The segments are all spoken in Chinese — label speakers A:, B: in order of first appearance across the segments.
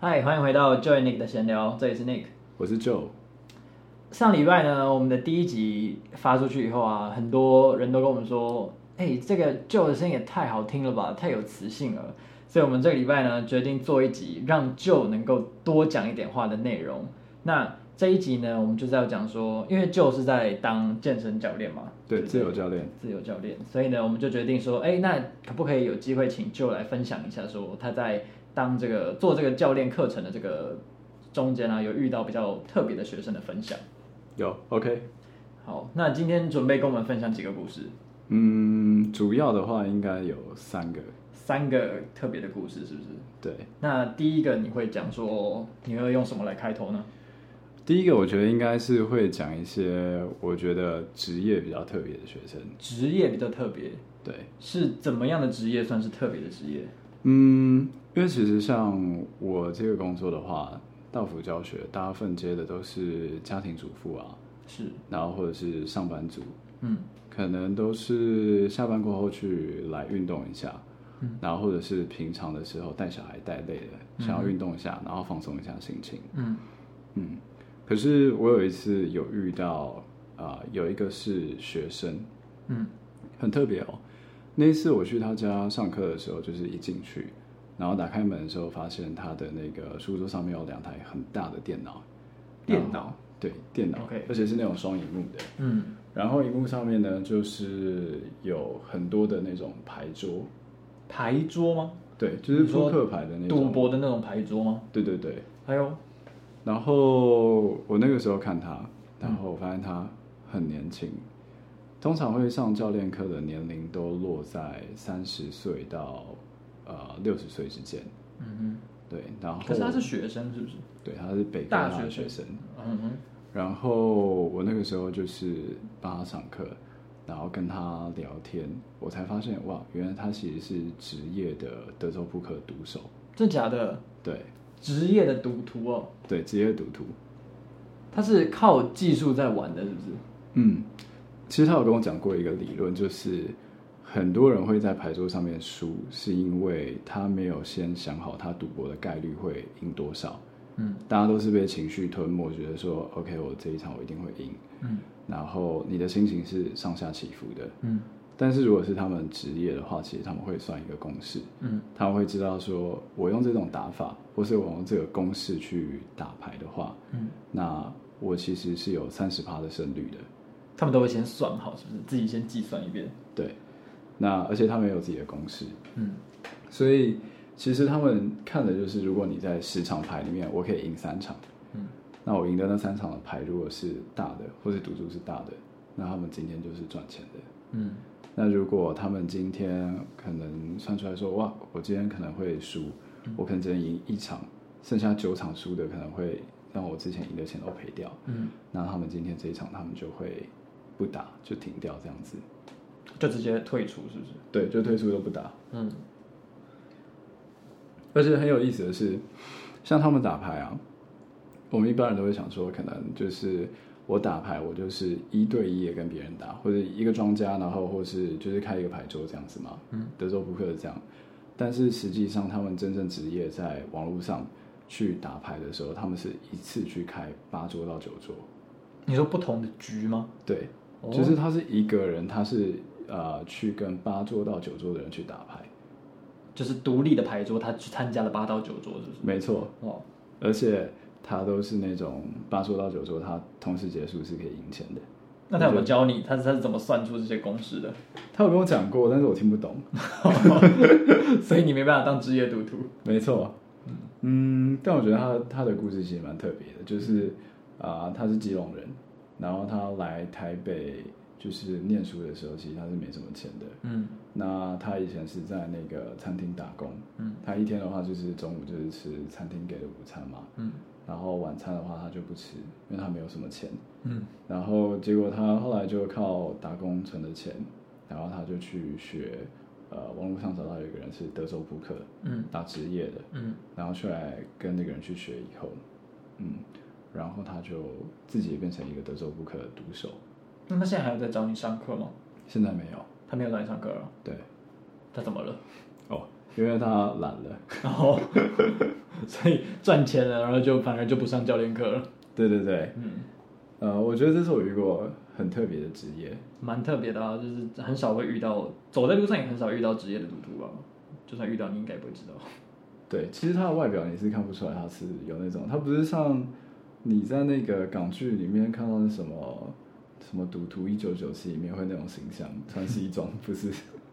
A: 嗨，欢迎回到 Joy Nick 的闲聊，这里是 Nick。
B: 我是 Joe，
A: 上礼拜呢，我们的第一集发出去以后啊，很多人都跟我们说，哎、这个 Joe 的声音也太好听了吧，太有磁性了。所以我们这个礼拜呢，决定做一集让 Joe 能够多讲一点话的内容。那这一集呢，我们就是要讲说，因为 Joe 是在当健身教练嘛，
B: 对，
A: 就是
B: 自由教练。
A: 自由教练，所以呢，我们就决定说，哎，那可不可以有机会请 Joe 来分享一下，说他在当这个做这个教练课程的这个中间啊，有遇到比较特别的学生的分享。
B: 有 OK，
A: 好，那今天准备跟我们分享几个故事，
B: 嗯，主要的话应该有三个，
A: 三个特别的故事，是不是？
B: 对，
A: 那第一个你会讲说，你会用什么来开头呢？
B: 第一个我觉得应该是会讲一些我觉得职业比较特别的学生，
A: 职业比较特别，
B: 对，
A: 是怎么样的职业算是特别的职业？
B: 嗯，因为其实像我这个工作的话，道府教学大部分接的都是家庭主妇啊，
A: 是，
B: 然后或者是上班族，
A: 嗯，
B: 可能都是下班过后去来运动一下，
A: 嗯
B: 然后或者是平常的时候带小孩带累了，想要运动一下，然后放松一下心情。
A: 嗯，
B: 嗯，可是我有一次有遇到啊、呃有一个是学生，
A: 嗯，
B: 很特别哦。那一次我去他家上课的时候，就是一进去，然后打开门的时候，发现他的那个书桌上面有两台很大的电脑，
A: 电
B: 然后
A: 脑，
B: 对电脑
A: OK
B: 而且是那种双荧幕的。
A: 嗯，
B: 然后荧幕上面呢，就是有很多的那种牌桌，
A: 牌桌吗？
B: 对，就是
A: 你说
B: 扑克牌的那
A: 赌
B: 种，
A: 博的那种牌桌吗？
B: 对对对。
A: 还有，
B: 然后我那个时候看他，然后我发现他很年轻，通常会上教练课的年龄都落在三十岁到呃六十岁之间，
A: 嗯哼。
B: 对。然后
A: 可是他是学生，是不是？
B: 对他是北科
A: 大
B: 大
A: 学
B: 的学生，
A: 嗯哼，
B: 然后我那个时候就是帮他上课，然后跟他聊天，我才发现哇，原来他其实是职业的德州扑克赌手，
A: 真假的？
B: 对
A: 职业的赌徒哦，
B: 对，职业赌徒。
A: 他是靠技术在玩的，是不是？
B: 嗯，其实他有跟我讲过一个理论，就是很多人会在牌桌上面输，是因为他没有先想好他赌博的概率会赢多少。
A: 嗯，
B: 大家都是被情绪吞没，觉得说 OK，我这一场我一定会赢。
A: 嗯
B: 然后你的心情是上下起伏的。
A: 嗯
B: 但是如果是他们职业的话，其实他们会算一个公式，
A: 嗯
B: 他们会知道说，我用这种打法，或是我用这个公式去打牌的话，
A: 嗯，
B: 那我其实是有三十趴的胜率的。
A: 他们都会先算好，是不是？自己先计算一遍。
B: 对，那而且他们也有自己的公式，
A: 嗯
B: 所以其实他们看的就是，如果你在十场牌里面，我可以赢三场，
A: 嗯，
B: 那我赢的那三场的牌如果是大的，或是赌注是大的，那他们今天就是赚钱的。
A: 嗯
B: 那如果他们今天可能算出来说，哇，我今天可能会输，我可能只能赢一场，剩下九场输的可能会让我之前赢的钱都赔掉，
A: 嗯，
B: 那他们今天这一场他们就会不打，就停掉这样子，
A: 就直接退出，是不是？
B: 对，就退出都不打。
A: 嗯
B: 而且很有意思的是，像他们打牌啊，我们一般人都会想说，可能就是我打牌，我就是一对一也跟别人打，或者一个庄家，然后或是就是开一个牌桌这样子嘛。
A: 嗯，
B: 德州扑克这样。但是实际上，他们真正职业在网络上去打牌的时候，他们是一次去开八桌到九桌。
A: 你说不同的局吗？
B: 对，
A: 哦
B: 就是他是一个人，他是呃去跟八桌到九桌的人去打牌。
A: 就是独立的牌桌，他去参加了八到九桌，是不
B: 没错，
A: 是？哦，
B: 而且他都是那种八桌到九桌，他同时结束是可以赢钱的。
A: 那他有没有教你？他是他是怎么算出这些公式的？
B: 他有跟我讲过，但是我听不懂。
A: 所以你没办法当职业赌徒。
B: 没错，嗯，但我觉得他他的故事其实蛮特别的，就是啊、他是基隆人，然后他来台北就是念书的时候，其实他是没什么钱的。
A: 嗯
B: 那他以前是在那个餐厅打工，
A: 嗯，
B: 他一天的话就是中午就是吃餐厅给的午餐嘛，
A: 嗯
B: 然后晚餐的话他就不吃，因为他没有什么钱。
A: 嗯
B: 然后结果他后来就靠打工存的钱，然后他就去学，呃，网络上找到有一个人是德州扑克
A: 嗯
B: 打职业的，
A: 嗯
B: 然后去来跟那个人去学以后，嗯，然后他就自己也变成一个德州扑克的毒手，
A: 那他现在还有在找你上课吗？
B: 现在没有，
A: 他没有找你上课了，
B: 对，
A: 他怎么了？
B: 哦，因为他懒了，
A: 然后所以赚钱了，然后就反而就不上教练课了。
B: 对对对，
A: 嗯，
B: 呃，我觉得这是我遇过很特别的职业。
A: 蛮特别的啊，就是很少会遇到，走在路上也很少遇到职业的赌徒吧。就算遇到，你应该也不会知道。
B: 对，其实他的外表你是看不出来他是有那种，他不是像你在那个港剧里面看到那什么什么《赌徒一九九七》里面会那种形象，穿西装，不是？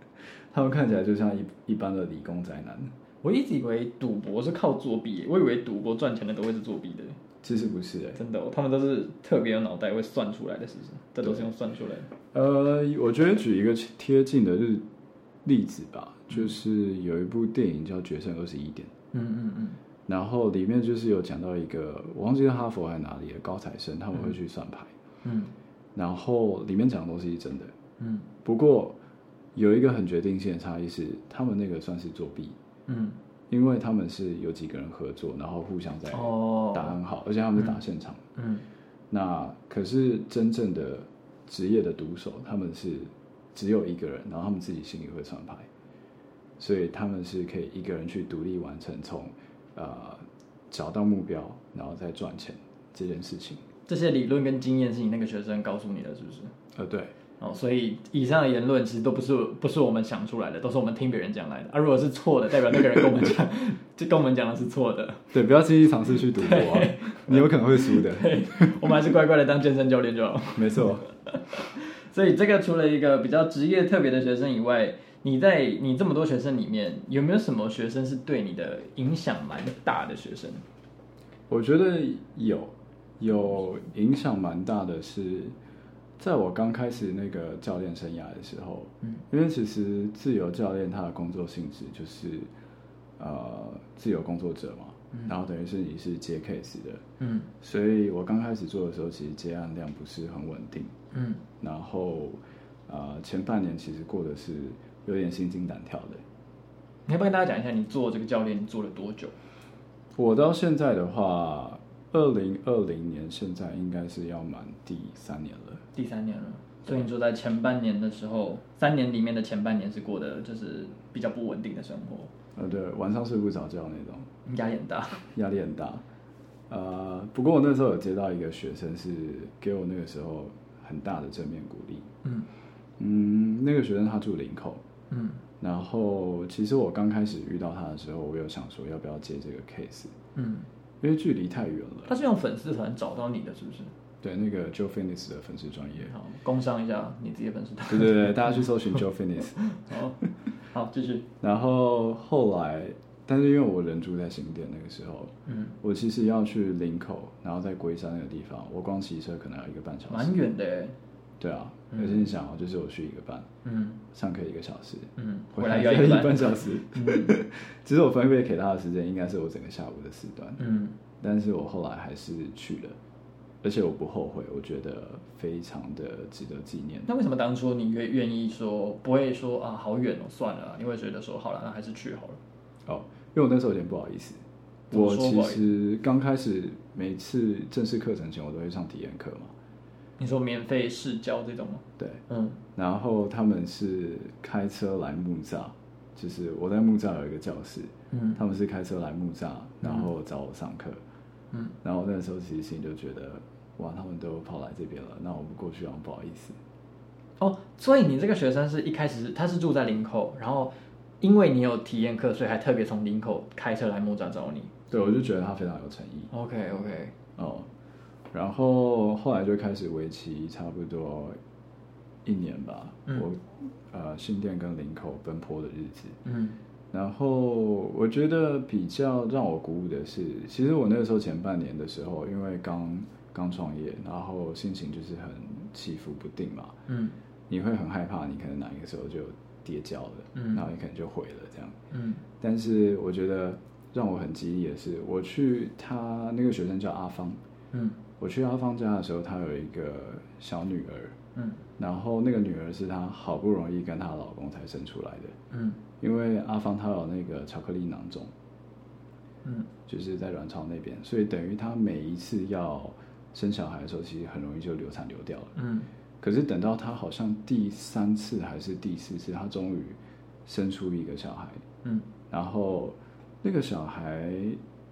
B: 他们看起来就像一一般的理工宅男，
A: 我一直以为赌博是靠作弊耶，我以为赌博赚钱的都会是作弊的，
B: 其实不是哎、
A: 真的哦、他们都是特别有脑袋会算出来的事情，这都是用算出来的。
B: 呃，我觉得举一个贴近的例例子吧，就是有一部电影叫《决胜二十一点》，
A: 嗯嗯嗯，
B: 然后里面就是有讲到一个，我忘记是哈佛还是哪里的高材生，他们会去算牌，
A: 嗯
B: 然后里面讲的东西是真的，
A: 嗯
B: 不过有一个很决定性的差异是，他们那个算是作弊，
A: 嗯，
B: 因为他们是有几个人合作，然后互相在
A: 哦，
B: 打暗号，而且他们是打现场。
A: 嗯
B: 那可是真正的职业的毒手，他们是只有一个人，然后他们自己心里会算牌，所以他们是可以一个人去独立完成从呃找到目标，然后再赚钱这件事情。
A: 这些理论跟经验是你那个学生告诉你的，是不是？
B: 呃，对，
A: 哦，所以以上的言论其实都不是不是我们想出来的，都是我们听别人讲来的。啊，如果是错的，代表那个人跟我们讲， 就跟我们讲的是错的。
B: 对，不要轻易尝试去赌博、啊，你有可能会输的。
A: 对，我们还是乖乖的当健身教练就好。
B: 没错，
A: 所以这个除了一个比较职业特别的学生以外，你在你这么多学生里面，有没有什么学生是对你的影响蛮大的学生？
B: 我觉得有有影响蛮大的是，在我刚开始那个教练生涯的时候，
A: 嗯，
B: 因为其实自由教练他的工作性质就是呃自由工作者嘛，然后等于是你是接 case 的，
A: 嗯
B: 所以我刚开始做的时候，其实接案量不是很稳定，
A: 嗯
B: 然后呃前半年其实过的是有点心惊胆跳的。
A: 你要不要跟大家讲一下你做这个教练你做了多久？
B: 我到现在的话，二零二零年现在应该是要满第三年了。
A: 第三年了。所以你说在前半年的时候，三年里面的前半年是过得就是比较不稳定的生活，
B: 呃，对，晚上睡不着觉那种，
A: 压力很大。
B: 压力很大。呃，不过我那时候有接到一个学生是给我那个时候很大的正面鼓励。
A: 嗯
B: 嗯，那个学生他住林口，
A: 嗯
B: 然后其实我刚开始遇到他的时候，我有想说要不要接这个 case，
A: 嗯，
B: 因为距离太远了。
A: 他是用粉丝团找到你的，是不是？
B: 对，那个 Joe Finis 的粉丝专业，
A: 好，工商一下你自己的粉丝团。
B: 对对对，大家去搜寻 Joe Finis。
A: 好，好，继续。
B: 然后后来，但是因为我人住在新店那个时候，
A: 嗯，
B: 我其实要去林口，然后在龟山那个地方，我光骑车可能要一个半小时。
A: 蛮远的欸。
B: 对啊，而且你想哦，就是我去一个半，
A: 嗯
B: 上课一个小时，
A: 嗯，
B: 回
A: 回来
B: 要
A: 要
B: 一
A: 一
B: 个
A: 半。
B: 半小时。
A: 嗯
B: 其实我分配给他的时间应该是我整个下午的时段，
A: 嗯
B: 但是我后来还是去了，而且我不后悔，我觉得非常的值得纪念。
A: 那为什么当初你愿愿意说不会说啊好远哦算了啊，你会觉得说好了那还是去好了。
B: 哦，因为我那时候有点不好意思。
A: 怎么
B: 我
A: 说
B: 其
A: 不好意思
B: 实刚开始每次正式课程前，我都会上体验课嘛。
A: 你说免费试教这种吗？
B: 对，
A: 嗯
B: 然后他们是开车来木栅，就是我在木栅有一个教室，
A: 嗯
B: 他们是开车来木栅，然后找我上课。
A: 嗯，
B: 然后那时候其实心里就觉得，哇，他们都跑来这边了，那我不过去好像不好意思。
A: 哦，所以你这个学生是一开始是他是住在林口，然后因为你有体验课，所以还特别从林口开车来木栅找你。
B: 对，我就觉得他非常有诚意
A: OK OK，
B: 哦。然后后来就开始为期差不多一年吧，
A: 嗯
B: 我呃新店跟林口奔波的日子。
A: 嗯
B: 然后我觉得比较让我鼓舞的是，其实我那个时候前半年的时候，因为刚刚创业，然后心情就是很起伏不定嘛，
A: 嗯
B: 你会很害怕，你可能哪一个时候就跌跤了，
A: 嗯
B: 然后你可能就毁了这样。
A: 嗯
B: 但是我觉得让我很激励的是，我去他那个学生叫阿芳，
A: 嗯
B: 我去阿芳家的时候，她有一个小女儿，
A: 嗯
B: 然后那个女儿是她好不容易跟她老公才生出来的，
A: 嗯
B: 因为阿芳她有那个巧克力囊肿。
A: 嗯
B: 就是在卵巢那边，所以等于她每一次要生小孩的时候，其实很容易就流产流掉了。
A: 嗯
B: 可是等到她好像第三次还是第四次，她终于生出一个小孩，
A: 嗯
B: 然后那个小孩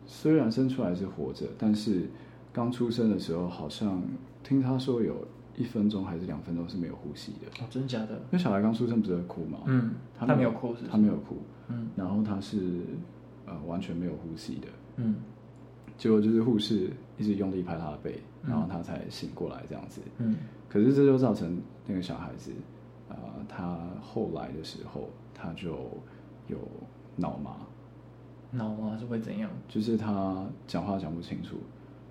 B: 虽然生出来是活着，但是刚出生的时候好像听他说有一分钟还是两分钟是没有呼吸的。
A: 哦，真假的？
B: 因为小孩刚出生不是会哭吗？
A: 嗯，
B: 他
A: 他
B: 没
A: 没
B: 有
A: 有哭是不是？
B: 他没有哭，
A: 嗯
B: 然后他是呃完全没有呼吸的，
A: 嗯
B: 结果就是护士一直用力拍他的背，
A: 嗯
B: 然后他才醒过来这样子。
A: 嗯
B: 可是这就造成那个小孩子，啊、他后来的时候他就有脑麻，
A: 脑麻是会怎样？
B: 就是他讲话讲不清楚。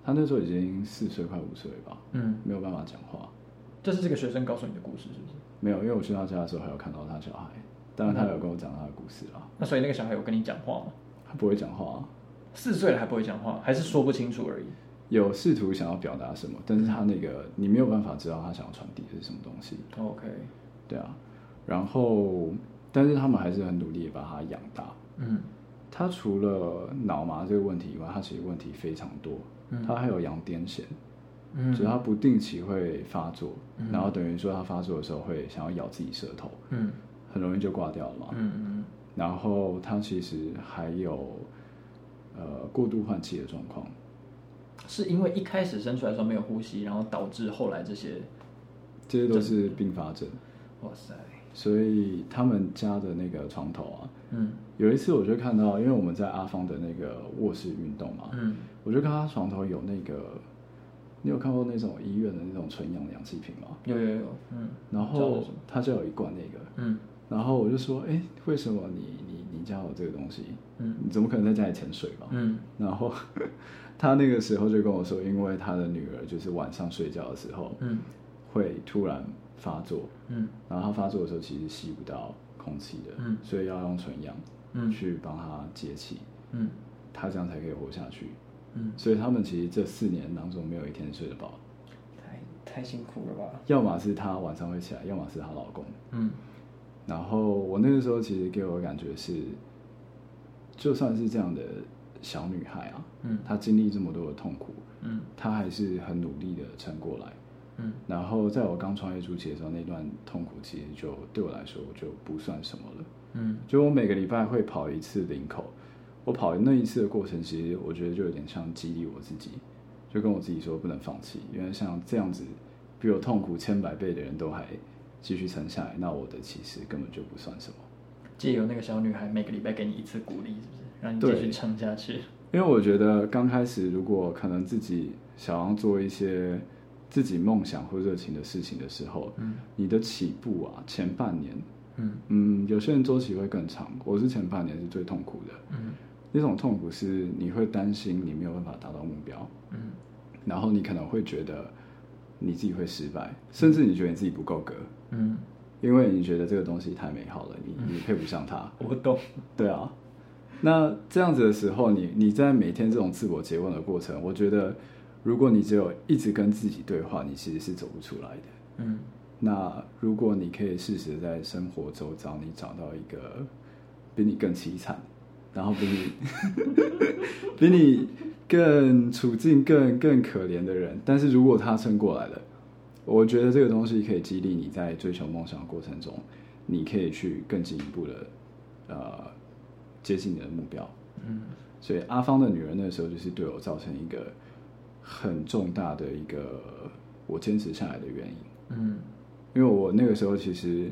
B: 他那时候已经四岁快五岁吧，
A: 嗯，
B: 没有办法讲话。
A: 这是这个学生告诉你的故事是不是？
B: 没有，因为我去他家的时候还有看到他小孩，当然他有跟我讲他的故事啦。
A: 那所以那个小孩有跟你讲话吗？
B: 他不会讲话啊，
A: 四岁了还不会讲话，还是说不清楚而已。
B: 有试图想要表达什么，但是他那个你没有办法知道他想要传递的是什么东西。
A: OK，
B: 对啊，然后但是他们还是很努力地把他养大。
A: 嗯
B: 他除了脑麻这个问题以外，他其实问题非常多。
A: 嗯
B: 他还有羊癫痫，
A: 嗯，
B: 就是他不定期会发作，
A: 嗯
B: 然后等于说他发作的时候会想要咬自己舌头，
A: 嗯
B: 很容易就挂掉了嘛。
A: 嗯嗯
B: 然后他其实还有呃过度换气的状况，
A: 嗯，是因为一开始生出来的时候没有呼吸，然后导致后来这些，
B: 这些都是并发症。
A: 哇塞，
B: 所以他们家的那个床头啊，
A: 嗯
B: 有一次我就看到，因为我们在阿芳的那个卧室运动嘛，
A: 嗯，
B: 我就看他床头有那个，你有看过那种医院的那种纯氧氧气瓶吗？
A: 有有有，嗯，
B: 然
A: 知道
B: 后
A: 是什么
B: 他就有一罐那个，
A: 嗯
B: 然后我就说，哎，为什么你你你家有这个东西？
A: 嗯
B: 你怎么可能在家里潜水吧？
A: 嗯
B: 然后 他那个时候就跟我说，因为他的女儿就是晚上睡觉的时候
A: 嗯
B: 会突然发作，
A: 嗯
B: 然后他发作的时候其实吸不到空气的，
A: 嗯
B: 所以要用纯氧
A: 嗯
B: 去帮他接气，
A: 嗯
B: 他这样才可以活下去。
A: 嗯，
B: 所以他们其实这四年当中没有一天睡得饱，
A: 太太辛苦了吧？
B: 要么是她晚上会起来，要么是她老公。
A: 嗯
B: 然后我那个时候其实给我的感觉是，就算是这样的小女孩啊，
A: 嗯
B: 她经历这么多的痛苦，
A: 嗯
B: 她还是很努力的撑过来。
A: 嗯
B: 然后在我刚创业初期的时候，那段痛苦其实就对我来说就不算什么了。
A: 嗯
B: 就我每个礼拜会跑一次领口，我跑那一次的过程，其实我觉得就有点像激励我自己，就跟我自己说不能放弃，因为像这样子比我痛苦千百倍的人都还继续撑下来，那我的其实根本就不算什么。
A: 借由那个小女孩每个礼拜给你一次鼓励，是不是让你继
B: 对
A: 续撑下去？
B: 因为我觉得刚开始如果可能自己想要做一些自己梦想或热情的事情的时候，
A: 嗯
B: 你的起步啊，前半年，
A: 嗯
B: 嗯，有些人周期会更长，我是前半年是最痛苦的。
A: 嗯
B: 那种痛苦是你会担心你没有办法达到目标，
A: 嗯
B: 然后你可能会觉得你自己会失败，甚至你觉得你自己不够格，
A: 嗯，
B: 因为你觉得这个东西太美好了，你你配不上它。
A: 我懂。
B: 对啊，那这样子的时候，你你在每天这种自我诘问的过程，我觉得如果你只有一直跟自己对话，你其实是走不出来的。
A: 嗯
B: 那如果你可以适时地在生活周遭，你找到一个比你更凄惨，然后比你 比你更处境更更可怜的人，但是如果他撑过来了，我觉得这个东西可以激励你在追求梦想的过程中，你可以去更进一步的呃接近你的目标。
A: 嗯
B: 所以阿芳的女人那时候就是对我造成一个很重大的一个我坚持下来的原因。
A: 嗯
B: 因为我那个时候其实，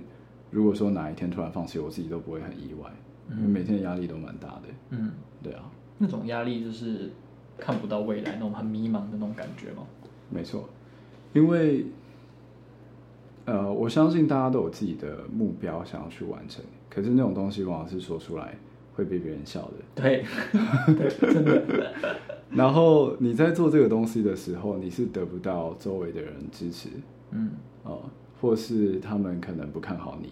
B: 如果说哪一天突然放弃，我自己都不会很意外，
A: 嗯
B: 因为每天的压力都蛮大的。
A: 嗯，
B: 对啊，
A: 那种压力就是看不到未来，那种很迷茫的那种感觉吗？
B: 没错，因为呃，我相信大家都有自己的目标想要去完成，可是那种东西往往是说出来会被别人笑的。
A: 对，对，真的。
B: 然后你在做这个东西的时候，你是得不到周围的人支持，
A: 嗯
B: 哦，或是他们可能不看好你，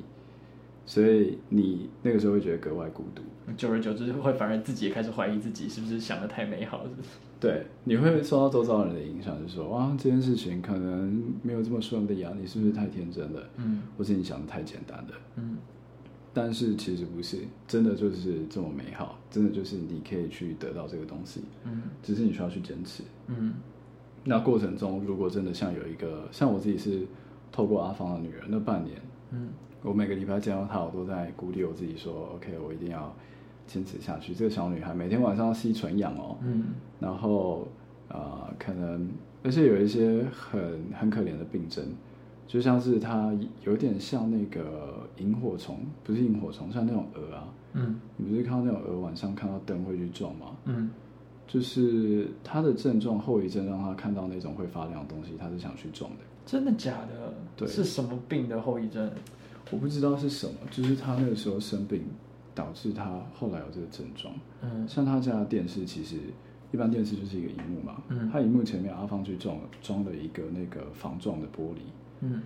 B: 所以你那个时候会觉得格外孤独。
A: 久而久之会反而自己也开始怀疑自己是不是想的太美好了，是不是？
B: 对，你会受到周遭人的影响，就说哇，这件事情可能没有这么顺利啊，你是不是太天真了，
A: 嗯
B: 或是你想的太简单了？
A: 嗯
B: 但是其实不是，真的就是这么美好，真的就是你可以去得到这个东西，
A: 嗯
B: 只是你需要去坚持。
A: 嗯
B: 那过程中，如果真的像有一个，像我自己是透过阿芳的女人那半年，
A: 嗯
B: 我每个礼拜见到她，我都在鼓励我自己说，OK，我一定要坚持下去。这个小女孩每天晚上吸纯氧哦，
A: 嗯
B: 然后呃，可能而且有一些很很可怜的病症，就像是它有点像那个萤火虫，不是萤火虫，像那种蛾啊。
A: 嗯
B: 你不是看到那种蛾晚上看到灯会去撞吗？
A: 嗯
B: 就是它的症状后遗症让他看到那种会发亮的东西，他是想去撞的。
A: 真的假的？
B: 对
A: 是什么病的后遗症？
B: 我不知道是什么，就是他那个时候生病，导致他后来有这个症状。
A: 嗯
B: 像他家的电视，其实一般电视就是一个荧幕嘛，
A: 嗯
B: 他荧幕前面阿芳去装装了一个那个防撞的玻璃，
A: 嗯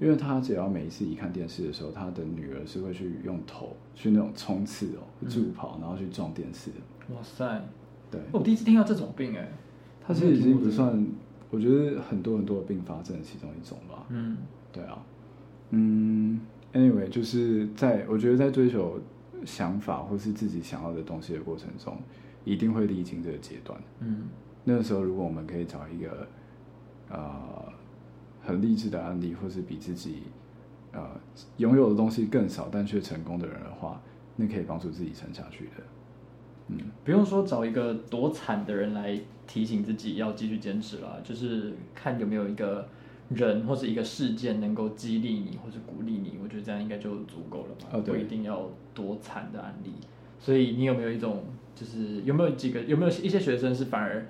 B: 因为他只要每一次一看电视的时候，他的女儿是会去用头去那种冲刺哦，
A: 嗯
B: 助跑，然后去撞电视的。
A: 哇塞，哦
B: 对，
A: 我第一次听到这种病哎、
B: 他其实已经不算，我觉得很多很多的并发症的其中一种吧。
A: 嗯
B: 对啊，嗯，anyway，就是在我觉得在追求想法或是自己想要的东西的过程中，一定会历经这个阶段。
A: 嗯
B: 那个时候，如果我们可以找一个呃很励志的案例，或是比自己呃拥有的东西更少但却成功的人的话，那可以帮助自己撑下去的。嗯，
A: 不用说找一个多惨的人来提醒自己要继续坚持啦，就是看有没有一个人或是一个事件能够激励你或者鼓励你，我觉得这样应该就足够了吧，
B: 哦对
A: 不一定要多惨的案例。所以你有没有一种，就是有没有几个有没有一些学生是反而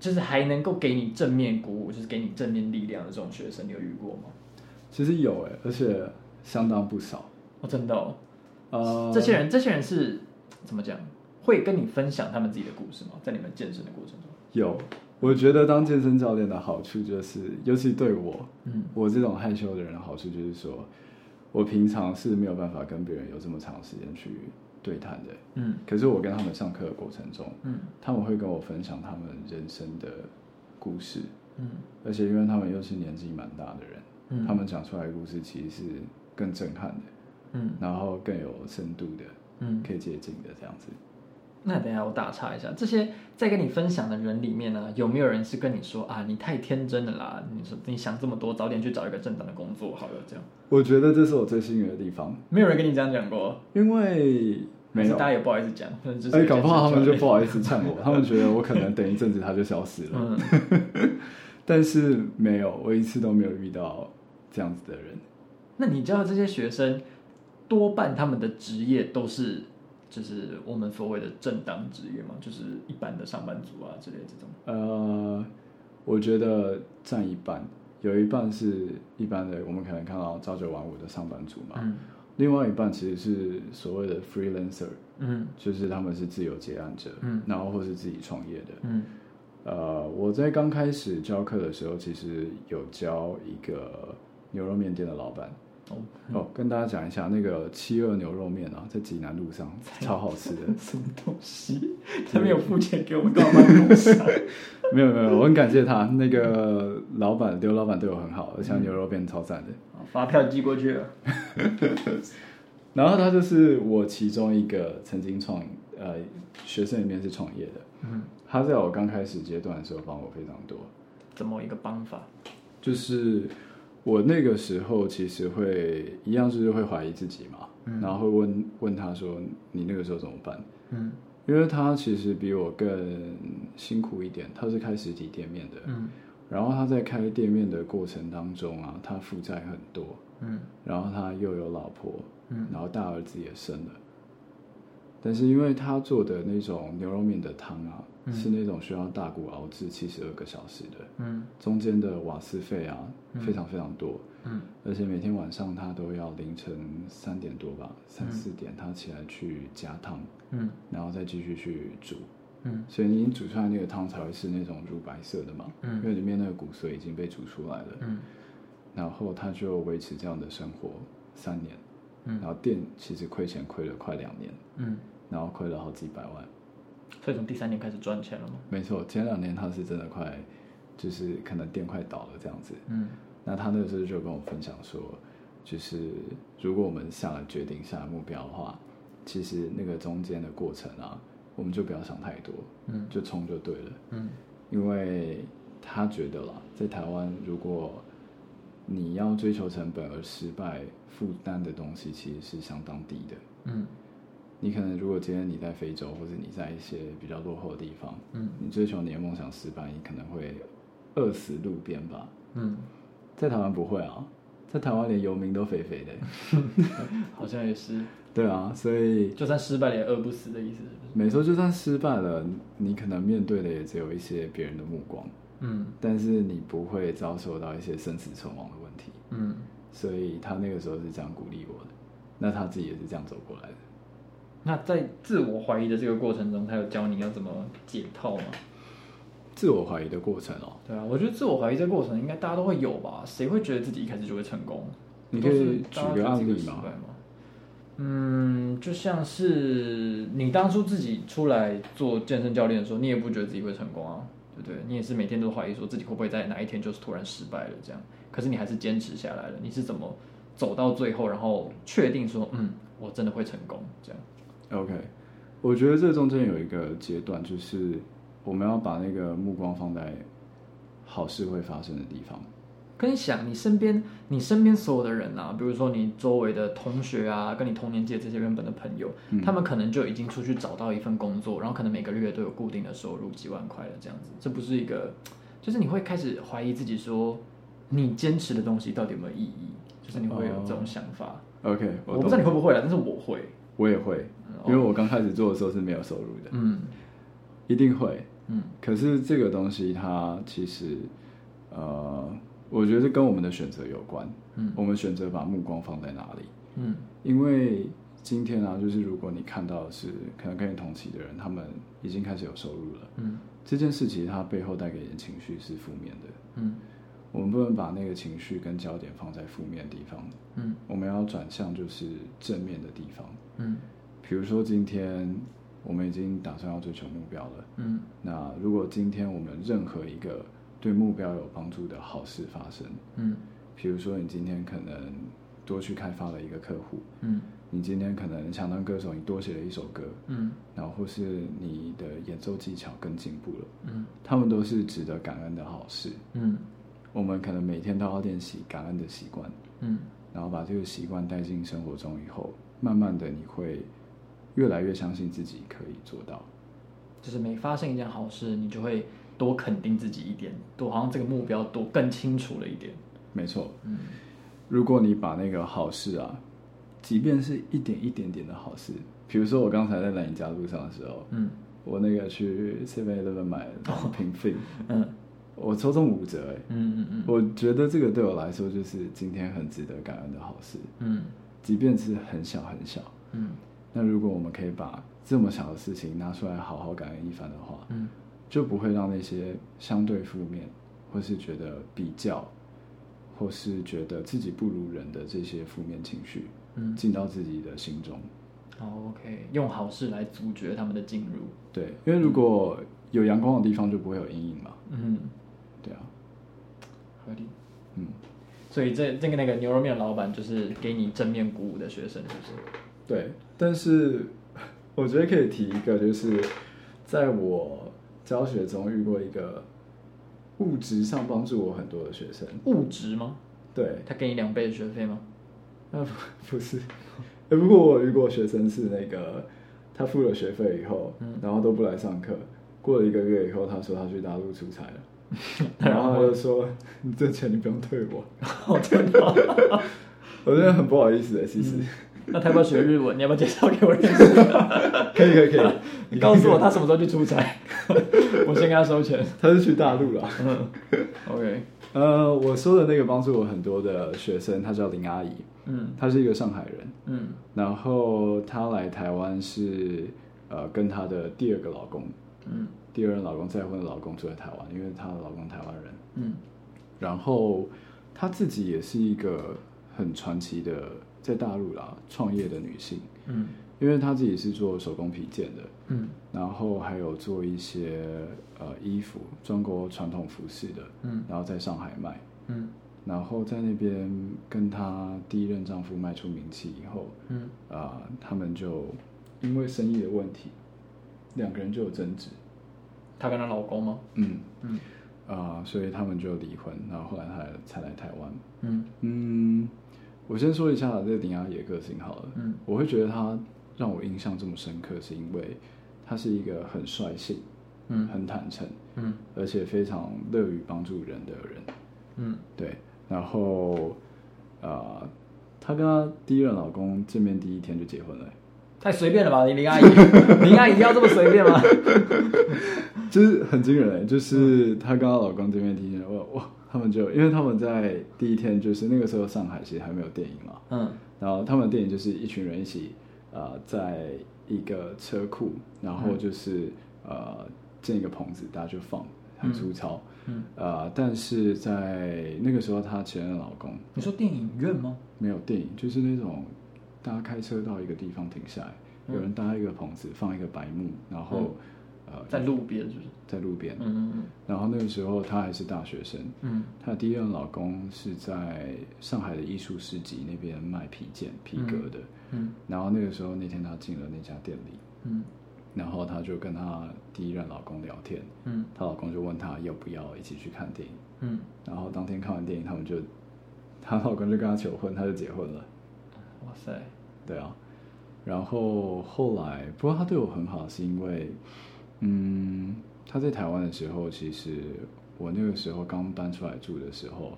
A: 就是还能够给你正面鼓舞，就是给你正面力量的这种学生，你有遇过吗？
B: 其实有诶、而且相当不少。
A: 哦，真的哦，
B: 呃，
A: 这些人这些人是怎么讲？会跟你分享他们自己的故事吗？在你们健身的过程中，
B: 有，我觉得当健身教练的好处就是，尤其对我，
A: 嗯。
B: 我这种害羞的人的好处就是说，我平常是没有办法跟别人有这么长时间去对谈的。
A: 嗯
B: 可是我跟他们上课的过程中，
A: 嗯
B: 他们会跟我分享他们人生的故事，
A: 嗯
B: 而且因为他们又是年纪蛮大的人，
A: 嗯
B: 他们讲出来的故事其实是更震撼的，
A: 嗯
B: 然后更有深度的，
A: 嗯
B: 可以接近的这样子。
A: 那等一下我打岔一下，这些在跟你分享的人里面呢，有没有人是跟你说啊，你太天真了啦？你说你想这么多，早点去找一个正当的工作好了，这样
B: 我觉得这是我最幸运的地方，
A: 没有人跟你这样讲过，
B: 因为
A: 还
B: 没
A: 是
B: 有
A: 大家也不好意思讲，可能就是
B: 哎、搞不好他们就不
A: 好。
B: 好意思呛 我，他们觉得我可能等一阵子他就消失了。
A: 嗯，
B: 但是没有，我一次都没有遇到这样子的人。
A: 那你知道这些学生多半他们的职业都是就是我们所谓的正当职业嘛，就是一般的上班族啊之类这种。
B: 呃，我觉得占一半，有一半是一般的，我们可能看到朝九晚五的上班族嘛。
A: 嗯
B: 另外一半其实是所谓的 freelancer，
A: 嗯
B: 就是他们是自由接案者，
A: 嗯
B: 然后或是自己创业的。
A: 嗯
B: 呃，我在刚开始教课的时候，其实有教一个牛肉面店的老板。
A: 哦
B: 哦，跟大家讲一下那个七二牛肉面啊，在济南路上超好吃的。
A: 什么东西？他没有付钱给我们，干嘛弄上？
B: 没有没有，我很感谢他。那个老板刘老板对我很好，而且他牛肉面超赞的。
A: 发票寄过去了。
B: 然后他就是我其中一个曾经创呃学生里面是创业的，
A: 嗯，
B: 他在我刚开始阶段的时候帮我非常多。
A: 怎么一个帮法？
B: 就是我那个时候其实会一样，就是会怀疑自己嘛，
A: 嗯
B: 然后会问问他说你那个时候怎么办？
A: 嗯
B: 因为他其实比我更辛苦一点，他是开实体店面的，
A: 嗯
B: 然后他在开店面的过程当中啊，他负债很多，
A: 嗯
B: 然后他又有老婆，
A: 嗯
B: 然后大儿子也生了，但是因为他做的那种牛肉面的汤啊，
A: 嗯
B: 是那种需要大骨熬制七十二个小时的，
A: 嗯
B: 中间的瓦斯费啊
A: 嗯
B: 非常非常多，
A: 嗯
B: 而且每天晚上他都要凌晨三点多吧，三四点他起来去加汤，
A: 嗯
B: 然后再继续去煮，
A: 嗯
B: 所以你煮出来那个汤才会是那种乳白色的嘛，
A: 嗯
B: 因为里面那个骨髓已经被煮出来了，
A: 嗯
B: 然后他就维持这样的生活三年，
A: 嗯
B: 然后店其实亏钱亏了快两年，
A: 嗯，
B: 然后亏了好几百万，
A: 所以从第三年开始赚钱了吗？
B: 没错，前两年他是真的快，就是可能店快倒了这样子，
A: 嗯
B: 那他那个时候就跟我分享说，就是如果我们下了决定、下了目标的话，其实那个中间的过程啊，我们就不要想太多，
A: 嗯
B: 就冲就对了。
A: 嗯
B: 因为他觉得啦，在台湾如果你要追求成本而失败，负担的东西其实是相当低的。
A: 嗯
B: 你可能如果今天你在非洲，或者你在一些比较落后的地方，
A: 嗯
B: 你追求你的梦想失败，你可能会饿死路边吧。
A: 嗯，
B: 在台湾不会啊，在台湾连游民都肥肥的。
A: 好像也是，
B: 对啊，所以
A: 就算失败了也饿不死的意思，是不是？
B: 每时候就算失败了，你可能面对的也只有一些别人的目光，
A: 嗯
B: 但是你不会遭受到一些生死存亡的问题。
A: 嗯
B: 所以他那个时候是这样鼓励我的，那他自己也是这样走过来的。
A: 那在自我怀疑的这个过程中，他有教你要怎么解套吗？
B: 自我怀疑的过程哦，
A: 对啊，我觉得自我怀疑这个过程应该大家都会有吧？谁会觉得自己一开始就会成功？
B: 你可以
A: 都是
B: 举个
A: 大家觉
B: 案例吗
A: 得自己失败吗？嗯，就像是你当初自己出来做健身教练的时候，你也不觉得自己会成功啊，对不对？你也是每天都怀疑说自己会不会在哪一天就是突然失败了这样，可是你还是坚持下来了。你是怎么走到最后，然后确定说，嗯，我真的会成功这样？
B: OK，我觉得这中间有一个阶段，就是我们要把那个目光放在好事会发生的地方。
A: 可你想，你身边你身边所有的人啊，比如说你周围的同学啊，跟你同年纪的这些原本的朋友，
B: 嗯
A: 他们可能就已经出去找到一份工作，然后可能每个月都有固定的收入几万块了，这样子，这不是一个，就是你会开始怀疑自己说，你坚持的东西到底有没有意义？就是你会有这种想法。
B: OK，
A: 我
B: 懂
A: 不知道你会不会啦，但是我会。
B: 我也会，因为我刚开始做的时候是没有收入的，
A: 嗯
B: 一定会。
A: 嗯
B: 可是这个东西它其实，呃，我觉得是跟我们的选择有关。
A: 嗯
B: 我们选择把目光放在哪里？
A: 嗯
B: 因为今天啊，就是如果你看到的是可能跟你同期的人，他们已经开始有收入了，
A: 嗯
B: 这件事情它背后带给你的情绪是负面的。
A: 嗯
B: 我们不能把那个情绪跟焦点放在负面的地方，
A: 嗯
B: 我们要转向就是正面的地方。
A: 嗯
B: 比如说今天我们已经打算要追求目标了，
A: 嗯
B: 那如果今天我们任何一个对目标有帮助的好事发生，
A: 嗯
B: 比如说你今天可能多去开发了一个客户，
A: 嗯
B: 你今天可能想当歌手，你多写了一首歌，
A: 嗯
B: 然后或是你的演奏技巧更进步了，
A: 嗯
B: 他们都是值得感恩的好事。
A: 嗯
B: 我们可能每天都要练习感恩的习惯，
A: 嗯
B: 然后把这个习惯带进生活中以后，慢慢的你会越来越相信自己可以做到。
A: 就是每发生一件好事，你就会多肯定自己一点，多好像这个目标多更清楚了一点。
B: 没错，
A: 嗯
B: 如果你把那个好事啊，即便是一点一点点的好事，比如说我刚才在来你家路上的时候，
A: 嗯
B: 我那个去 Seven Eleven 买两瓶 f
A: 嗯
B: 我抽中五折哎、
A: 嗯嗯嗯
B: 我觉得这个对我来说就是今天很值得感恩的好事，
A: 嗯
B: 即便是很小很小。
A: 嗯
B: 那如果我们可以把这么小的事情拿出来好好感恩一番的话，
A: 嗯
B: 就不会让那些相对负面，或是觉得比较，或是觉得自己不如人的这些负面情绪
A: 嗯，
B: 进到自己的心中。
A: 好 OK，用好事来阻绝他们的进入。
B: 对，因为如果有阳光的地方，就不会有阴影嘛。
A: 嗯，
B: 对啊，
A: 合理。
B: 嗯，
A: 所以这这个那个牛肉面老板就是给你正面鼓舞的学生，是不是？
B: 对。但是 我觉得可以提一个，就是在我教学中遇过一个物质上帮助我很多的学生。
A: 物质吗？
B: 对，
A: 他给你两倍的学费吗？
B: 那不 不是，呃不过我有遇过学生是那个，他付了学费以后，
A: 嗯
B: 然后都不来上课，过了一个月以后，他说他去大陆出差了，
A: 然
B: 然
A: 后
B: 后他就说你这钱你不用退我，
A: 哦，真的哦。
B: 我真的很不好意思的，欸其实，
A: 那他要不要学日文？你要不要介绍给我认识？
B: 可以可以可 以，
A: 你告诉我他什么时候去出差，我先跟他收钱。
B: 他是去大陆了。
A: 嗯，OK，
B: 呃，我说的那个帮助我很多的学生，她叫林阿姨，
A: 嗯
B: 她是一个上海人，
A: 嗯
B: 然后她来台湾是呃跟她的第二个老公，
A: 嗯
B: 第二任老公再婚的老公住在台湾，因为她的老公台湾人。
A: 嗯
B: 然后她自己也是一个很传奇的，在大陆啦创业的女性，
A: 嗯
B: 因为她自己是做手工皮件的，
A: 嗯
B: 然后还有做一些呃衣服，中国传统服饰的，
A: 嗯
B: 然后在上海卖，
A: 嗯
B: 然后在那边跟她第一任丈夫卖出名气以后，
A: 嗯
B: 啊、他们就因为生意的问题，两个人就有争执，
A: 她跟她老公吗？
B: 嗯，
A: 嗯
B: 啊、所以他们就离婚，然后后来她来才来台湾。
A: 嗯
B: 嗯，我先说一下这个林阿姨的个性好了。
A: 嗯
B: 我会觉得她让我印象这么深刻，是因为他是一个很率性、
A: 嗯
B: 很坦诚，
A: 嗯
B: 而且非常乐于帮助人的人。
A: 嗯
B: 对，然后呃，她跟她第一任老公见面第一天就结婚了、
A: 太随便了吧，林阿姨，林阿姨要这么随便吗？
B: 就是很惊人、欸就是她跟她老公见面第一天，哇哇，他们就因为他们在第一天就是那个时候上海其实还没有电影嘛，
A: 嗯
B: 然后他们的电影就是一群人一起呃在一个车库，然后就是、呃建一个棚子，大家就放，很粗糙。
A: 嗯，
B: 呃，但是在那个时候，她前任老公
A: 你说电影院吗？
B: 没有电影，就是那种大家开车到一个地方停下来，
A: 嗯
B: 有人搭一个棚子，放一个白幕，然后、呃
A: 在路边是不是？
B: 在路边。
A: 嗯
B: 然后那个时候她还是大学生，
A: 嗯嗯
B: 她的第一任老公是在上海的艺术市集那边卖皮件、皮革的。
A: 嗯
B: 然后那个时候那天她进了那家店里，
A: 嗯
B: 然后她就跟她第一任老公聊天，
A: 嗯
B: 她老公就问她要不要一起去看电影。
A: 嗯，
B: 然后当天看完电影，他们就，她老公就跟她求婚，她就结婚了。
A: 哇塞，
B: 对啊，然后后来，不过他对我很好，是因为，嗯，他在台湾的时候，其实我那个时候刚搬出来住的时候，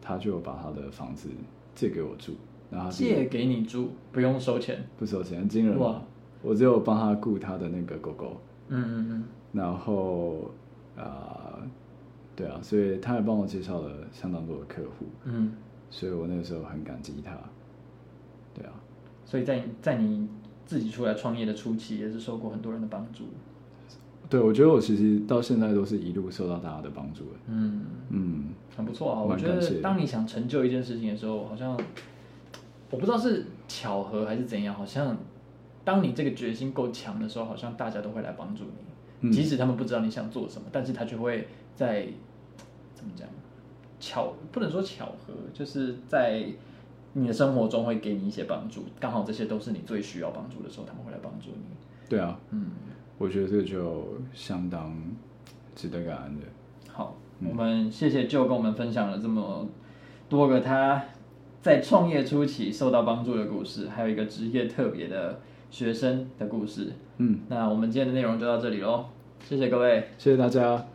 B: 他就有把他的房子借给我住，然后他
A: 借给你住，不用收钱。
B: 不收钱，很惊人
A: 哇
B: 嘛，我只有帮他雇他的那个狗狗，
A: 嗯嗯
B: 然后啊、对啊，所以他也帮我介绍了相当多的客户，
A: 嗯嗯，
B: 所以我那个时候很感激他，对啊，
A: 所以在你在你自己出来创业的初期，也是受过很多人的帮助。
B: 对我觉得我其实到现在都是一路受到大家的帮助的。
A: 嗯，
B: 嗯，
A: 很不错啊。我
B: 蛮
A: 觉
B: 感谢
A: 得
B: 的
A: 当你想成就一件事情的时候，好像我不知道是巧合还是怎样，好像当你这个决心够强的时候，好像大家都会来帮助你，
B: 嗯
A: 即使他们不知道你想做什么，但是他就会在怎么讲巧，不能说巧合，就是在。你的生活中会给你一些帮助，刚好这些都是你最需要帮助的时候，他们会来帮助你。
B: 对啊，
A: 嗯，
B: 我觉得这就相当值得感恩的。
A: 好，我们谢谢舅跟我们分享了这么多个他在创业初期受到帮助的故事，还有一个职业特别的学生的故事。
B: 嗯，
A: 那我们今天的内容就到这里喽，谢谢各位。
B: 谢谢大家。